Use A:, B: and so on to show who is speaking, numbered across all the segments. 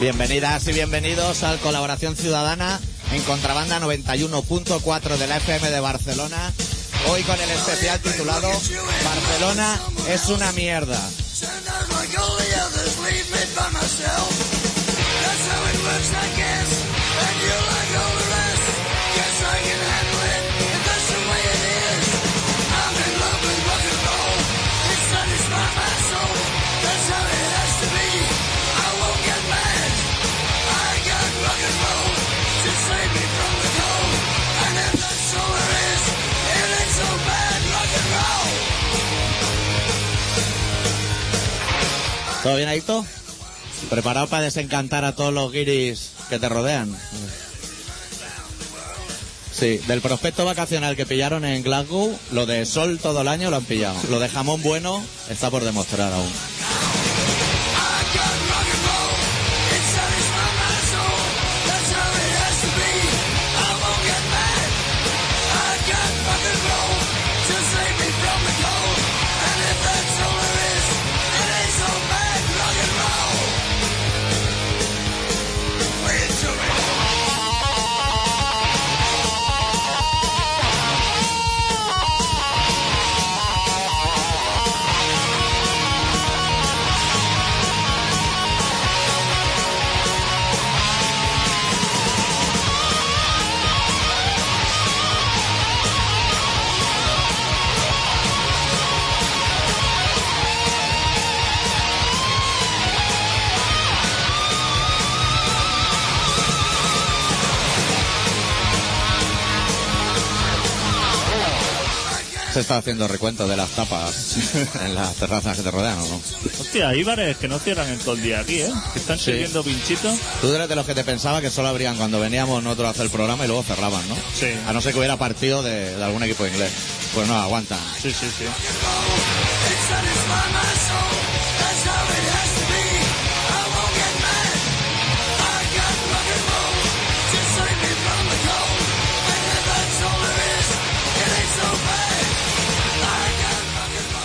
A: Bienvenidas y bienvenidos al Colaboración Ciudadana en Contrabanda 91.4 de la FM de Barcelona. Hoy con el especial titulado Barcelona es una mierda. ¿Todo bien, Adicto? ¿Preparado para desencantar a todos los guiris que te rodean? Sí, del prospecto vacacional que pillaron en Glasgow, lo de sol todo el año lo han pillado. Lo de jamón bueno está por demostrar aún. Se está haciendo recuento de las tapas en las terrazas que te rodean, ¿o no?
B: Hostia, hay bares que no cierran en todo el día aquí, ¿eh? Que están sirviendo pinchitos.
A: Tú eres de los que te pensaba que solo abrían cuando veníamos nosotros a hacer el programa y luego cerraban, ¿no?
B: Sí.
A: A no ser que hubiera partido de, de algún equipo inglés. Pues no, aguantan.
B: Sí, sí, sí.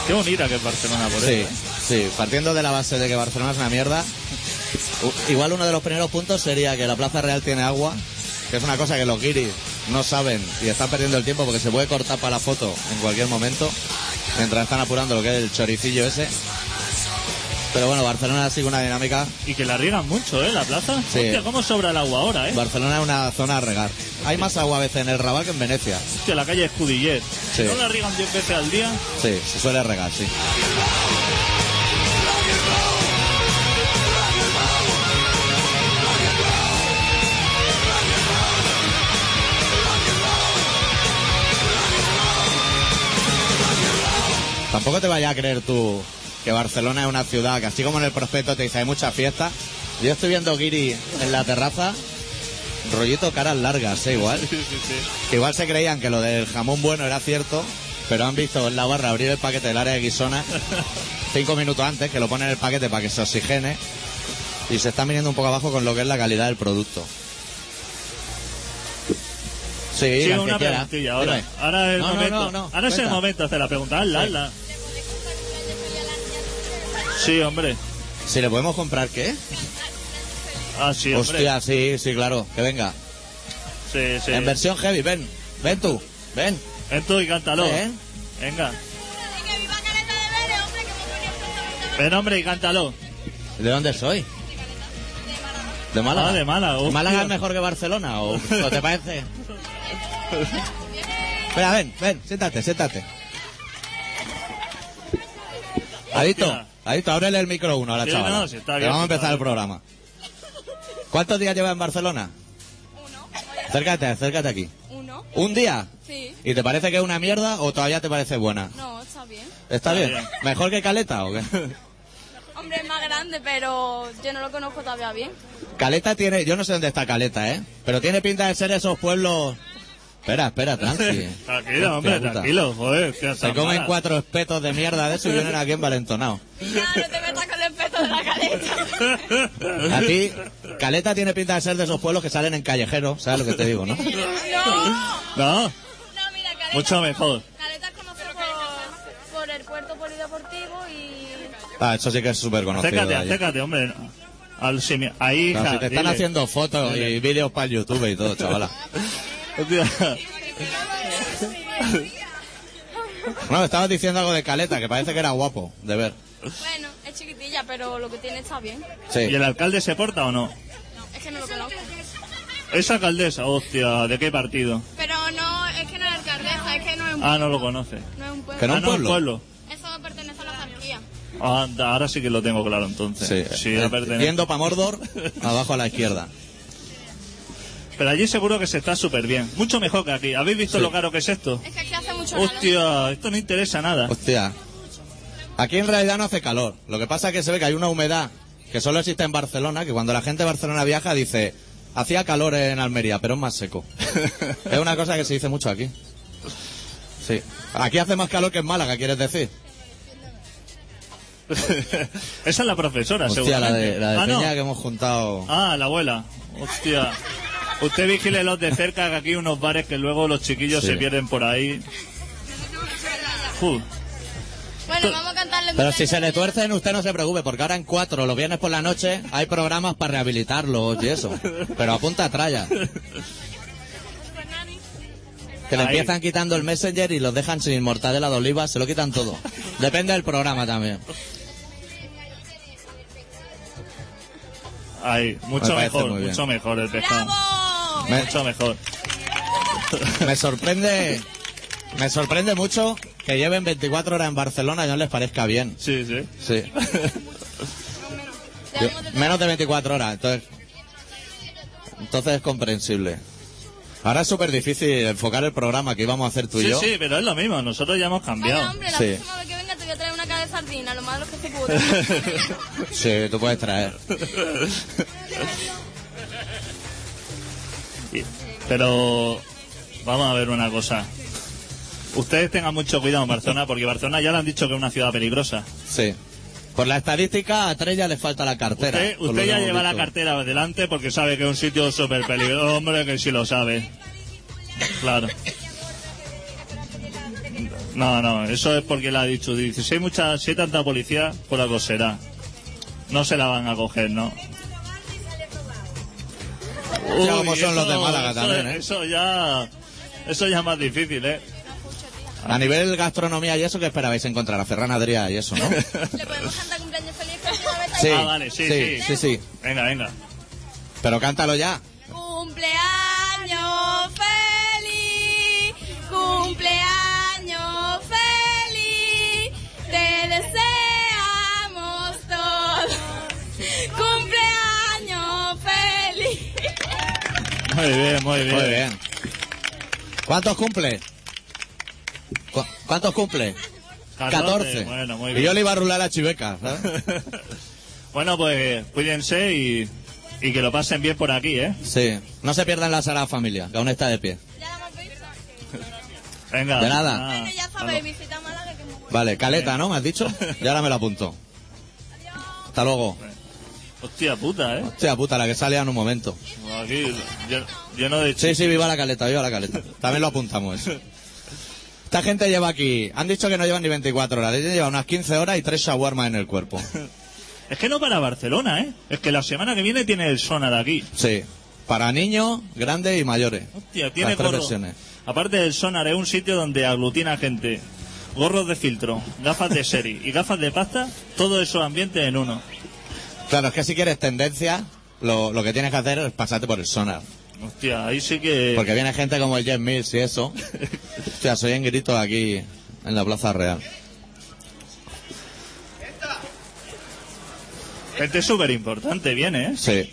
B: Qué bonita que es Barcelona por
A: Sí,
B: eso. ¿eh?
A: sí, partiendo de la base de que Barcelona es una mierda, u- igual uno de los primeros puntos sería que la Plaza Real tiene agua, que es una cosa que los guiris no saben y están perdiendo el tiempo porque se puede cortar para la foto en cualquier momento, mientras están apurando lo que es el choricillo ese. Pero bueno, Barcelona sigue una dinámica.
B: Y que la riegan mucho, ¿eh? La plaza.
A: Sí.
B: Hostia, cómo sobra el agua ahora, ¿eh?
A: Barcelona es una zona a regar. Hay más agua a veces en el Raval que en Venecia.
B: Hostia, la calle Escudillet.
A: Sí.
B: No la riegan 10 veces al día.
A: Sí, se suele regar, sí. Tampoco te vayas a creer tú que Barcelona es una ciudad que así como en el prospecto te dice hay muchas fiestas. Yo estoy viendo Guiri en la terraza, rollito caras largas, ¿eh? igual.
B: Sí, sí, sí.
A: Que Igual se creían que lo del jamón bueno era cierto, pero han visto en la barra abrir el paquete del área de Guisona cinco minutos antes, que lo ponen en el paquete para que se oxigene, y se están viniendo un poco abajo con lo que es la calidad del producto. Sí,
B: Sí,
A: al que
B: una
A: quiera.
B: preguntilla ahora.
A: Dime.
B: Ahora es el
A: No, no,
B: momento.
A: no, no.
B: Ahora es el
A: Cuenta.
B: momento de hacer la pregunta. Hazla,
A: Sí.
B: hazla. Sí, hombre.
A: Si le podemos comprar qué?
B: Ah, sí, hombre.
A: Hostia, sí, sí, claro, que venga.
B: Sí, sí.
A: En versión heavy, ven, ven tú, ven.
B: Ven tú y cántalo.
A: ¿Eh?
B: Venga. Ven, hombre, y cántalo.
A: ¿De dónde soy? De Málaga.
B: Ah, de Málaga, hostia.
A: ¿Málaga es mejor que Barcelona o, o te parece? Espera, ven, ven, siéntate, siéntate. Adito, Adito, ábrele el micro uno a la
B: Sí,
A: chavala.
B: no, sí, está
A: que
B: bien,
A: vamos a
B: está
A: empezar el
B: bien.
A: programa. ¿Cuántos días lleva en Barcelona? Acércate, acércate aquí.
C: ¿Uno?
A: ¿Un día?
C: Sí.
A: ¿Y te parece que es una mierda o todavía te parece buena?
C: No, está bien.
A: ¿Está bien?
B: bien.
A: ¿Mejor que Caleta o qué?
C: Hombre, es más grande, pero yo no lo conozco todavía bien.
A: Caleta tiene, yo no sé dónde está Caleta, ¿eh? Pero tiene pinta de ser esos pueblos... Espera, espera, tranqui.
B: Tranquilo, hombre,
A: Hostia puta.
B: tranquilo, joder. que
A: Se
B: hasta
A: comen
B: Málaga.
A: cuatro espetos de mierda de eso y vienen aquí envalentonados.
C: Nada, no te metas con el peso de la caleta.
A: A ti, Caleta tiene pinta de ser de esos pueblos que salen en callejero, ¿sabes lo que te digo, no?
C: No.
B: No,
C: No, mira, caleta.
B: mucho mejor.
C: Caleta es conocido por, por el puerto polideportivo y...
A: Ah, eso sí que es súper conocido.
B: Acércate,
A: de allí.
B: acércate, hombre. al semi... Ahí,
A: Claro,
B: hija,
A: si te están
B: dile.
A: haciendo fotos y
B: Dile.
A: vídeos para el YouTube y todo, chavala.
B: Hostia.
A: No, me estabas diciendo algo de Caleta, que parece que era guapo de ver.
C: Bueno, es chiquitilla, pero lo que tiene está bien.
B: ¿Y
A: Sí.
B: el alcalde se porta o no?
C: Es que no lo conozco.
B: Es alcaldesa, hostia, ¿de qué partido?
C: Pero no, es que no es alcaldesa, es que no es un,
B: Ah, no lo conoce.
C: no es un pueblo.
A: Que no
B: Ah,
A: un
B: no, el
A: pueblo.
B: pueblo.
C: Eso pertenece a la zarquía.
B: Ah, anda, ahora sí que lo tengo claro entonces.
A: Sí.
B: ya
A: Eh,
B: pertenece.
A: Yendo para Mordor, abajo a la izquierda.
B: Pero allí seguro que se está súper bien. Mucho mejor que aquí. ¿Habéis visto
A: Sí.
B: lo caro que es esto?
C: Es que aquí hace mucho calor.
B: Hostia, esto no interesa nada.
A: Hostia. Aquí en realidad no hace calor. Lo que pasa es que se ve que hay una humedad que solo existe en Barcelona, que cuando la gente de Barcelona viaja dice, hacía calor en Almería, pero es más seco. es una cosa que se dice mucho aquí. Sí. Aquí hace más calor que en Málaga, ¿quieres decir?
B: Esa es la profesora,
A: Hostia, la
B: seguramente.
A: de, la de
B: ah, no.
A: Peña que hemos juntado.
B: Ah, la abuela. Hostia. Usted vigile los de cerca, que aquí hay unos bares que luego los chiquillos
A: Sí.
B: se pierden por ahí. Fu.
C: Bueno, vamos a cantarle un
A: Pero
C: tema
A: si se le
C: de-
A: tuercen, usted no se preocupe, porque ahora en cuatro, los viernes por la noche, hay programas para rehabilitarlos y eso. Pero apunta a tralla. Que le
B: Ahí.
A: empiezan quitando el messenger y los dejan sin mortadela de oliva, se lo quitan todo. Depende del programa también.
B: Ahí,
A: Me
B: mucho
A: parece
B: mejor,
A: muy bien.
B: mucho mejor el pescado.
C: ¡Bravo!
A: Me,
B: Mucho mejor.
A: me sorprende me sorprende mucho que lleven 24 horas en Barcelona y no les parezca bien.
B: Sí, sí.
A: Sí. Yo-
C: Debemos de-
A: menos de 24 horas, entonces. Entonces es comprensible. Ahora es súper difícil enfocar el programa que íbamos a hacer tú y
B: Sí,
A: yo.
B: sí, pero es lo mismo, nosotros ya hemos
C: Bueno,
B: cambiado.
C: hombre, la
A: Sí.
C: próxima vez que venga te voy a traer una cara de sardina, lo malo es que se cura.
A: Sí, tú puedes traer.
B: Y- Pero vamos a ver una cosa. Ustedes tengan mucho cuidado en Barcelona, porque Barcelona ya le han dicho que es una ciudad peligrosa.
A: Sí. Por la estadística, a Trella le falta la cartera.
B: Usted,
A: por lo
B: usted
A: que
B: ya
A: hemos
B: lleva la
A: visto.
B: cartera delante porque sabe que es un sitio súper peligroso. Hombre, que sí lo sabe. Claro. No, no, eso es porque le ha dicho. Dice, si hay, mucha, si hay tanta policía, por algo será. No se la van a coger, ¿no?
A: Ya como son los de Málaga
B: eso-
A: también, ¿eh?
B: Eso ya, eso ya es más difícil, ¿eh?
A: A nivel gastronomía y eso, ¿qué esperabais encontrar? A Ferran Adrià y eso, ¿no?
C: Le podemos cantar cumpleaños feliz próximamente.
A: Sí,
B: Ah, vale, sí,
A: sí,
B: sí.
A: sí, sí.
B: Venga, venga.
A: Pero cántalo ya.
C: Cumpleaños feliz, cumpleaños feliz, te deseamos todos. Cumpleaños feliz.
B: Muy bien, muy bien.
A: Muy bien. ¿Cuántos cumple? ¿Cu- ¿Cuántos cumple? 14.
B: Bueno, muy
A: Y
B: bien.
A: yo le iba a rular a Chiveca, ¿sabes?
B: bueno, pues cuídense y, y que lo pasen bien por aquí, ¿eh?
A: Sí. No se pierdan la Sagrada Familia, que aún está de pie.
C: Ya la hemos visto.
A: Ah,
B: Venga.
A: De nada.
B: Ah,
C: Bueno, ya
B: vamos.
C: sabéis, visita Málaga que es muy buena.
A: Vale, caleta, ¿no? ¿Me has dicho? Y ahora me lo apunto. Hasta luego.
B: Hostia puta, ¿eh?
A: Hostia puta, la que sale en un momento.
B: Aquí, yo, yo no de
A: Sí, sí, viva la caleta, viva la caleta. También lo apuntamos. eso. Esta gente lleva aquí, han dicho que no llevan ni 24 horas, ellos llevan unas 15 horas y tres shawarmas en el cuerpo.
B: Es que no para Barcelona, ¿eh? Es que la semana que viene tiene el sonar aquí.
A: Sí, para niños, grandes y mayores.
B: Hostia, tiene
A: Las tres
B: gorro.
A: versiones.
B: Aparte del sonar, es un sitio donde aglutina gente. Gorros de filtro, gafas de serie y gafas de pasta, todos esos ambientes en uno.
A: Claro, es que si quieres tendencia, lo, lo que tienes que hacer es pasarte por el sonar.
B: Hostia, ahí sí que...
A: Porque viene gente como el Jeff Mills y eso. Hostia, soy en grito aquí, en la Plaza Real.
B: Gente súper importante viene, ¿eh?
A: Sí.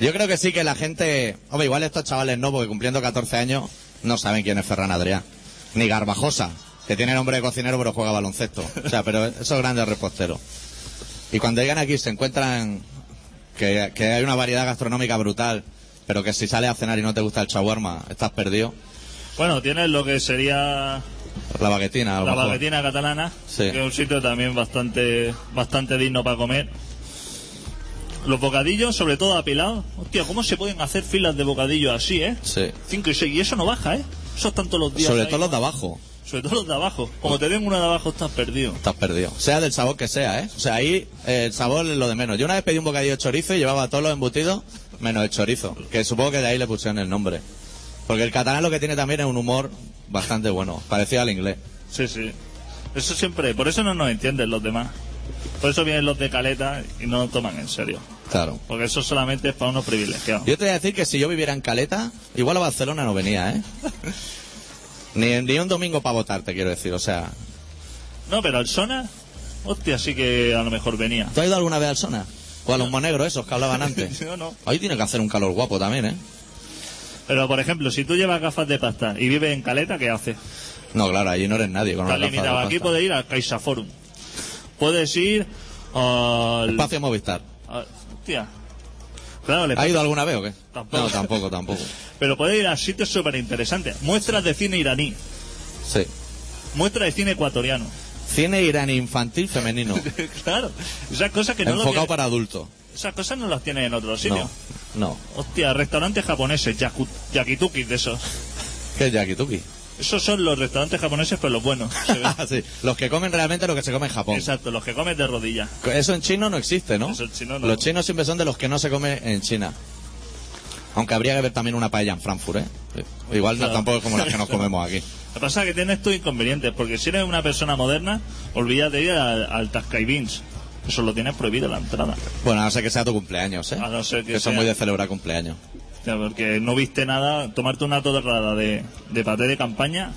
A: Yo creo que sí que la gente. Hombre, igual estos chavales no, porque cumpliendo 14 años no saben quién es Ferran Adrià. Ni Garbajosa, que tiene nombre de cocinero pero juega baloncesto. O sea, pero esos grandes reposteros. Y cuando llegan aquí se encuentran que, que hay una variedad gastronómica brutal, pero que si sales a cenar y no te gusta el shawarma, estás perdido.
B: Bueno, tienes lo que sería
A: La baguetina, a lo
B: la
A: mejor.
B: baguetina catalana,
A: Sí.
B: que es un sitio también bastante bastante digno para comer. Los bocadillos, sobre todo apilados. Hostia, ¿cómo se pueden hacer filas de bocadillos así, eh?
A: Sí.
B: 5 y 6, y eso no baja, ¿eh? Eso están todos los días.
A: Sobre
B: ahí.
A: todo los de abajo.
B: sobre todo los de abajo. Como te den una de abajo, estás perdido.
A: Estás perdido. Sea del sabor que sea, ¿eh? O sea, ahí eh, el sabor es lo de menos. Yo una vez pedí un bocadillo de chorizo y llevaba todos los embutidos menos el chorizo, que supongo que de ahí le pusieron el nombre. Porque el catalán lo que tiene también es un humor bastante bueno, parecido al inglés.
B: Sí, sí. Eso siempre, por eso no nos entienden los demás. Por eso vienen los de caleta y no nos toman en serio.
A: Claro.
B: Porque eso solamente es para unos privilegiados.
A: Yo te voy a decir que si yo viviera en Caleta, igual a Barcelona no venía, ¿eh? Ni, ni un domingo para votar, te quiero decir. O sea,
B: No, pero al Sona, hostia, sí que a lo mejor venía.
A: ¿tú has ido alguna vez al Sona? O a los monegros esos que hablaban antes.
B: Yo no.
A: Ahí tiene que hacer un calor guapo también, ¿eh?
B: Pero por ejemplo, si tú llevas gafas de pasta y vives en caleta, ¿qué haces?
A: No, claro, allí no eres nadie con una
B: Estás
A: gafa de
B: limitado. Aquí
A: pasta.
B: puedes ir al CaixaForum. Puedes ir al...
A: Espacio Movistar.
B: al- Hostia. Claro, le-
A: ¿Ha ido alguna vez o qué?
B: Tampoco.
A: No, tampoco, tampoco.
B: pero puedes ir a sitios súper interesantes. Muestras de cine iraní.
A: Sí.
B: Muestras de cine ecuatoriano.
A: Cine iraní infantil femenino.
B: claro. Esas cosas que no lo
A: enfocado
B: tiene-
A: para adultos.
B: Esas cosas no las tienes en otros sitios.
A: No, no.
B: Hostia, restaurantes japoneses, yaku- yakitukis de esos.
A: ¿Qué es yakituki?
B: Esos son los restaurantes japoneses, pero los buenos. se ven.
A: sí. Los que comen realmente lo que se come en Japón.
B: Exacto, los que comes de rodillas.
A: Eso en chino no existe, ¿no?
B: Eso en chino no.
A: Los chinos siempre son de los que no se come en China. Aunque habría que ver también una paella en Frankfurt, ¿eh? Igual no-
B: Claro.
A: tampoco es como las que nos comemos aquí.
B: Lo que pasa es que tienes tus inconvenientes, porque si eres una persona moderna, olvídate de ir al, al Tascay Beans. Eso lo tienes prohibido la entrada.
A: Bueno, a no ser que sea tu cumpleaños, ¿eh?
B: A no ser que
A: son
B: sea-
A: muy de celebrar cumpleaños.
B: O sea, porque no viste nada, tomarte una torrada de, de paté de campaña,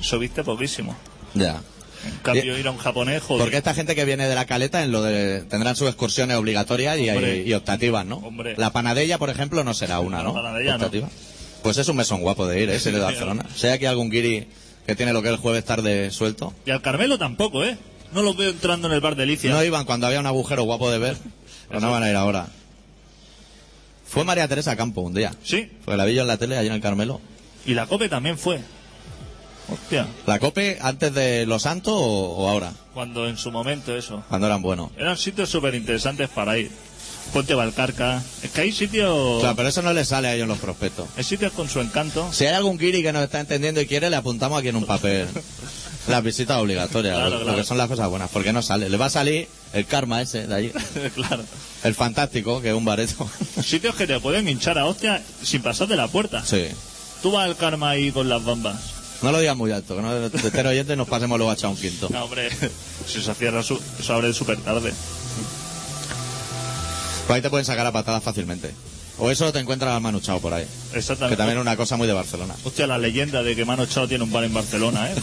B: eso viste poquísimo.
A: Ya.
B: En
A: Eh,
B: cambio, ir a un japonés, joder.
A: Porque esta gente que viene de la caleta en lo de tendrán sus excursiones obligatorias y,
B: Hombre.
A: y- y optativas, ¿no?
B: Hombre.
A: La panadella, por ejemplo, no será una,
B: La
A: ¿no?
B: panadella, no.
A: Optativa. Pues es un mesón guapo de ir, ¿eh? Si eres de Barcelona. Si hay aquí algún guiri que tiene lo que es el jueves tarde suelto.
B: Y al Carmelo tampoco, ¿eh? No los veo entrando en el bar Delicia.
A: No iban cuando había un agujero guapo de ver, pero no van a ir ahora. Fue María Teresa Campo un día.
B: Sí,
A: Porque la vi yo en la tele allí en el Carmelo.
B: y la COPE también fue. Hostia,
A: ¿La COPE antes de Los Santos o, o ahora?
B: cuando en su momento eso.
A: Cuando eran buenos.
B: Eran sitios súper interesantes para ir. Ponte Valcarca. Es que hay sitios.
A: Claro, pero eso no le sale a ellos en los prospectos.
B: Hay sitios con su encanto.
A: Si hay algún guiri que nos está entendiendo y quiere, le apuntamos aquí en un papel. Las visitas obligatorias,
B: Claro,
A: lo- lo
B: claro.
A: que son las cosas buenas, porque no sale. Le va a salir el karma ese de allí.
B: claro.
A: El fantástico, que es un bareto.
B: Sitios que te pueden hinchar a hostia sin pasar de la puerta.
A: sí.
B: Tú vas al karma ahí con las bambas.
A: No lo digas muy alto, que no de ser oyente nos pasemos luego a echar un quinto.
B: No, hombre. Si se cierra, su... se abre súper tarde.
A: Pues ahí te pueden sacar a patadas fácilmente. O eso te encuentras al Manu Chao por ahí. Que
B: Exactamente.
A: también es una cosa muy de Barcelona.
B: Hostia, la leyenda de que Mano Chao tiene un bar en Barcelona, ¿eh?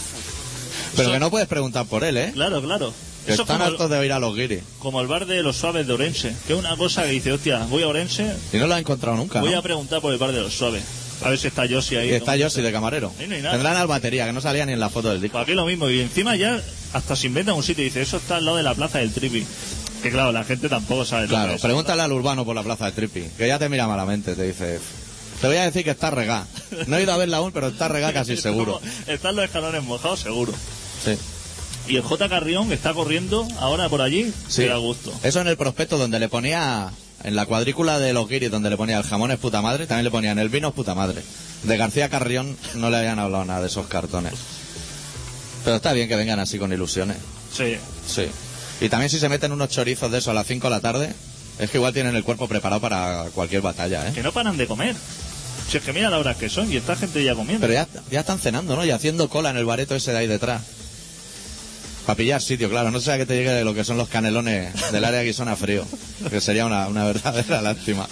A: Pero que no puedes preguntar por él, ¿eh?
B: Claro, claro.
A: Que
B: Eso es
A: están
B: como, el-
A: hartos de oír a los guiris.
B: como el bar de los suaves de Orense. Que es una cosa que dice, hostia, voy a Orense,
A: Y no lo has encontrado nunca,
B: voy
A: ¿no?
B: a preguntar por el bar de los suaves. A ver si está Yossi ahí.
A: Y está
B: ¿no?
A: Yossi de camarero.
B: Ahí no hay nada.
A: Tendrán al batería, que no salía ni en la foto del disco.
B: Pues aquí lo mismo, y encima ya hasta se inventa un sitio y dice, eso está al lado de la plaza del Tripi. Que claro, la gente tampoco sabe. lo que
A: Claro,
B: es.
A: pregúntale al urbano por la plaza de Trippi, que ya te mira malamente, te dice... Te voy a decir que está regá. No he ido a verla aún, pero está regá casi seguro.
B: Están los escalones mojados, seguro.
A: Sí.
B: Y el J. Carrión que está corriendo ahora por allí,
A: Sí.
B: que da gusto.
A: Eso en el prospecto donde le ponía, en la cuadrícula de los guiris donde le ponía el jamón es puta madre, también le ponían el vino es puta madre. De García Carrión no le habían hablado nada de esos cartones. Pero está bien que vengan así con ilusiones.
B: Sí.
A: Sí. Y también si se meten unos chorizos de eso a las 5 de la tarde, es que igual tienen el cuerpo preparado para cualquier batalla, ¿eh?
B: Que no paran de comer. Si es que mira las horas que son y esta gente ya comiendo.
A: Pero ya, ya están cenando, ¿no? Y haciendo cola en el bareto ese de ahí detrás. Para pillar sitio, claro. No sea que te llegue lo que son los canelones del área que suena frío. Que sería una, una verdadera lástima.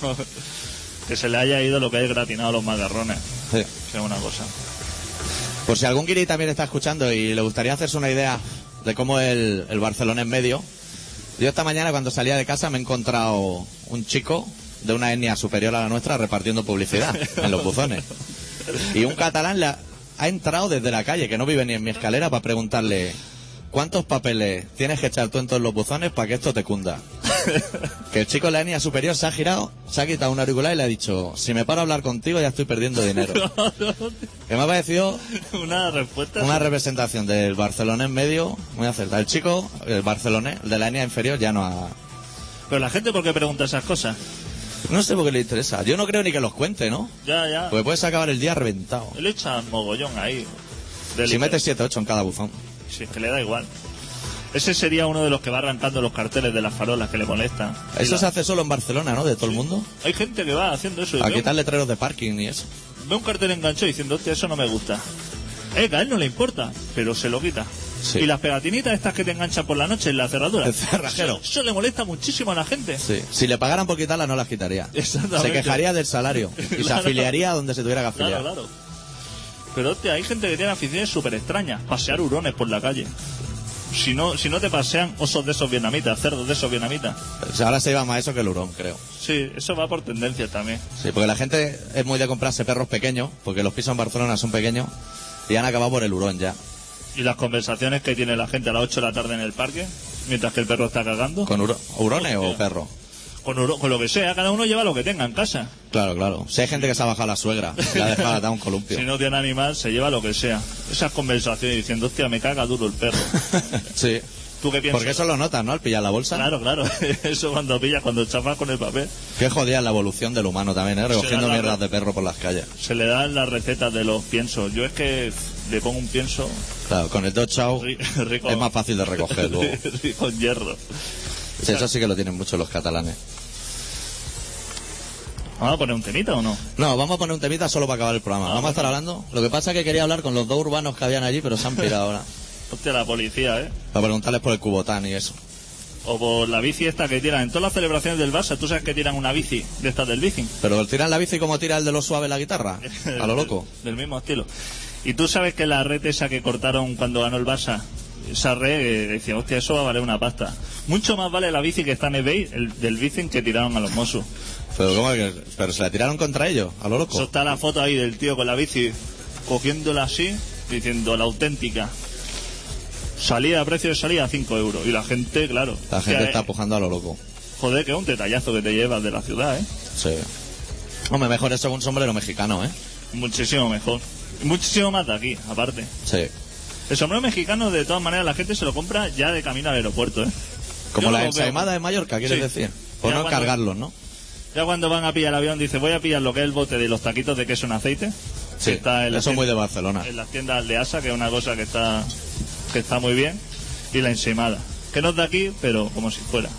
B: Que se le haya ido lo que hay gratinado a los macarrones.
A: Sí.
B: Que es una cosa.
A: Por si algún guiri también está escuchando y le gustaría hacerse una idea de cómo el, el Barcelona en medio. Yo esta mañana cuando salía de casa me he encontrado un chico de una etnia superior a la nuestra repartiendo publicidad en los buzones. Y un catalán le ha, ha entrado desde la calle, que no vive ni en mi escalera, para preguntarle cuántos papeles tienes que echar tú en todos los buzones para que esto te cunda. Que el chico de la etnia superior se ha girado, se ha quitado un auricular y le ha dicho, si me paro a hablar contigo ya estoy perdiendo dinero. Que me ha parecido
B: una respuesta.
A: una representación del Barcelona en medio, muy acertada. El chico, el barcelonés, el de la línea inferior, ya no ha...
B: Pero la gente, ¿por qué pregunta esas cosas?
A: No sé por qué le interesa. Yo no creo ni que los cuente, ¿no?
B: Ya, ya.
A: Porque puedes acabar el día reventado.
B: Le echan mogollón ahí. de
A: Si
B: Libre.
A: metes 7-8 en cada buzón.
B: Si es que le da igual. Ese sería uno de los que va arrancando los carteles de las farolas que le molestan.
A: Eso
B: Y
A: se
B: la-
A: hace solo en Barcelona, ¿no? De todo el mundo.
B: Hay gente que va haciendo eso. y
A: A
B: ve un-
A: quitar letreros de parking y eso.
B: ve un cartel enganchado diciendo, hostia, eso no me gusta. Eh, que a él no le importa, pero se lo quita.
A: Sí.
B: Y las pegatinitas estas que te enganchan por la noche en la cerradura.
A: El cerrajero.
B: Eso, eso le molesta muchísimo a la gente.
A: Sí. Si le pagaran por quitarla, no las quitaría.
B: Exactamente.
A: Se quejaría del salario. Y se
B: Claro.
A: afiliaría donde se tuviera que
B: Claro,
A: afiliar.
B: claro. Pero hostia, hay gente que tiene aficiones súper extrañas. Pasear hurones por la calle. Si no, si no te pasean osos de esos vietnamitas, cerdos de esos vietnamitas.
A: O sea, ahora se iba más eso que el hurón, creo.
B: Sí, eso va por tendencia también.
A: Sí, porque la gente es muy de comprarse perros pequeños, porque los pisos en Barcelona son pequeños y han acabado por el hurón ya.
B: Y las conversaciones que tiene la gente a las 8 de la tarde en el parque, mientras que el perro está cagando.
A: ¿Con huro- hurones o
B: Hostia.
A: perros?
B: Con, huro- con lo que sea, cada uno lleva lo que tenga en casa.
A: Claro, claro. Si hay gente que se ha bajado la suegra, la ha dejado atada a un columpio.
B: Si no tiene animal, se lleva lo que sea. Esas conversaciones diciendo, hostia, me caga duro el perro.
A: sí.
B: ¿Tú qué piensas?
A: Porque eso lo notas, ¿no? Al pillar la bolsa.
B: Claro, claro. Eso cuando pillas, cuando chafas con el papel,
A: Qué jodida es la evolución del humano también, ¿eh? Recogiendo
B: claro.
A: mierdas de perro por las calles.
B: se le dan las recetas de los piensos. Yo es que le pongo un pienso
A: Claro, con el Dodge Chow
B: ri- rico...
A: es más fácil de recoger luego.
B: rico en hierro.
A: Sí, eso sí que lo tienen mucho los catalanes.
B: ¿Vamos a poner un temita o no?
A: No, vamos a poner un temita solo para acabar el programa. Vamos a estar hablando. Lo que pasa es que quería hablar con los dos urbanos que habían allí, pero se han pirado ahora.
B: Hostia, la policía, ¿eh?
A: Para preguntarles por el cubotán y eso.
B: O por la bici esta que tiran. En todas las celebraciones del Barça, tú sabes que tiran una bici de estas del bici.
A: Pero tiran la bici como tira el de los suaves la guitarra. A lo loco.
B: Del mismo estilo. Y tú sabes que la red esa que cortaron cuando ganó el Barça, esa red eh, decía, hostia, eso va a valer una pasta. Mucho más vale la bici que está en eBay el, del bici que tiraron a los Mossos.
A: Pero, ¿cómo que- pero se la tiraron contra ellos, a lo
B: Eso
A: loco.
B: está la foto ahí del tío con la bici, cogiéndola así, diciendo la auténtica. Salida, precio de salida, 5 euros. Y la gente, claro.
A: La gente
B: hostia,
A: está
B: eh,
A: pujando a lo loco.
B: Joder, que es un detallazo que te llevas de la ciudad, ¿eh?
A: Sí. Hombre, mejor eso que un sombrero mexicano, ¿eh?
B: Muchísimo mejor. Muchísimo más de aquí, aparte.
A: Sí.
B: El sombrero mexicano, de todas maneras, la gente se lo compra ya de camino al aeropuerto, ¿eh?
A: Como
B: Yo
A: la
B: lo veo.
A: ensaimada de Mallorca, quieres
B: Sí.
A: decir. Por
B: Ya
A: no
B: cuando-
A: encargarlos, ¿no?
B: Ya cuando van a pillar el avión, dice, voy a pillar lo que es el bote de los taquitos de queso en aceite.
A: Sí.
B: que está en las
A: Eso es muy de
B: tiendas-
A: Barcelona.
B: En las tiendas de Asa, que es una cosa que está, que está muy bien. Y la ensaimada. Que no es de aquí, pero como si fuera.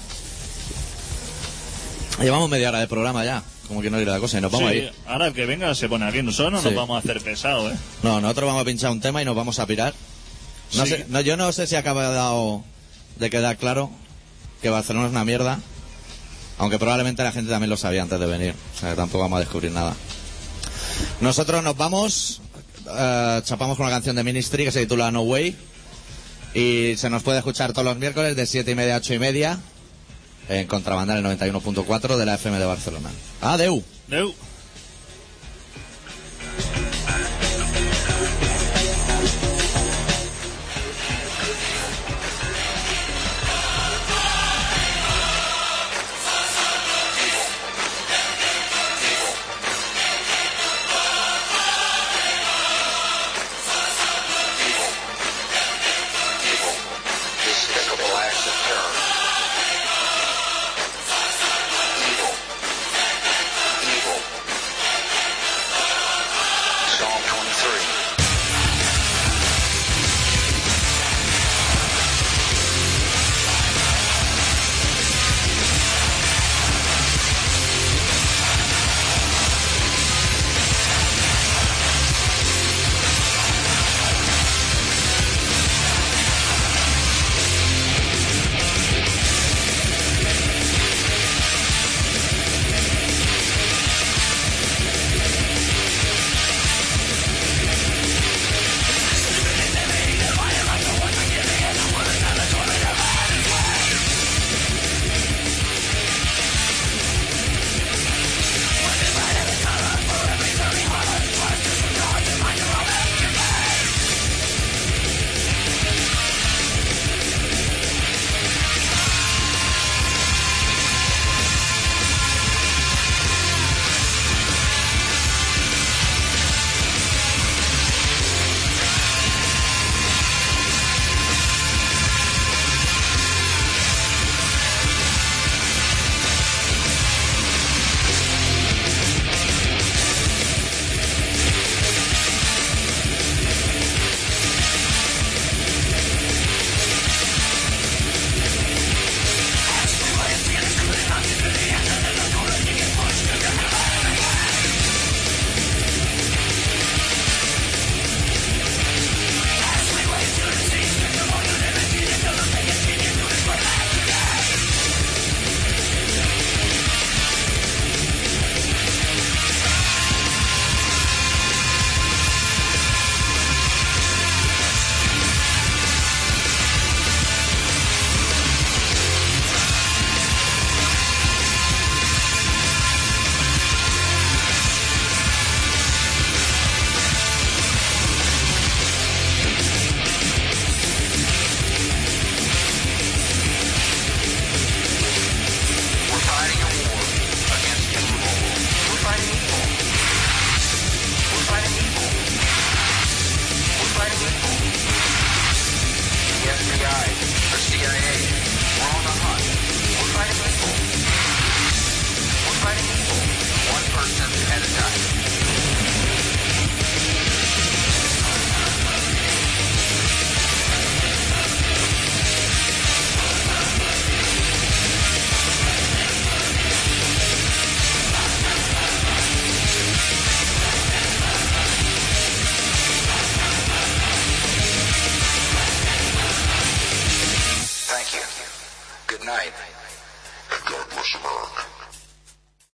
A: Llevamos media hora de programa ya. Como que no irá la cosa y nos Pues vamos
B: Sí,
A: a ir.
B: ahora el que venga se pone aquí. Nosotros no
A: Sí.
B: nos vamos a hacer pesados, ¿eh?
A: No, nosotros vamos a pinchar un tema y nos vamos a pirar. No
B: Sí.
A: sé- no, yo no sé si acaba dado de quedar claro que Barcelona es una mierda, aunque probablemente la gente también lo sabía antes de venir. O sea, que tampoco vamos a descubrir nada. Nosotros nos vamos, eh, chapamos con una canción de Ministry que se titula No Way y se nos puede escuchar todos los miércoles de 7 y media a 8 y media en Contrabandal el 91.4 de la FM de Barcelona. Adeu.
B: Deu.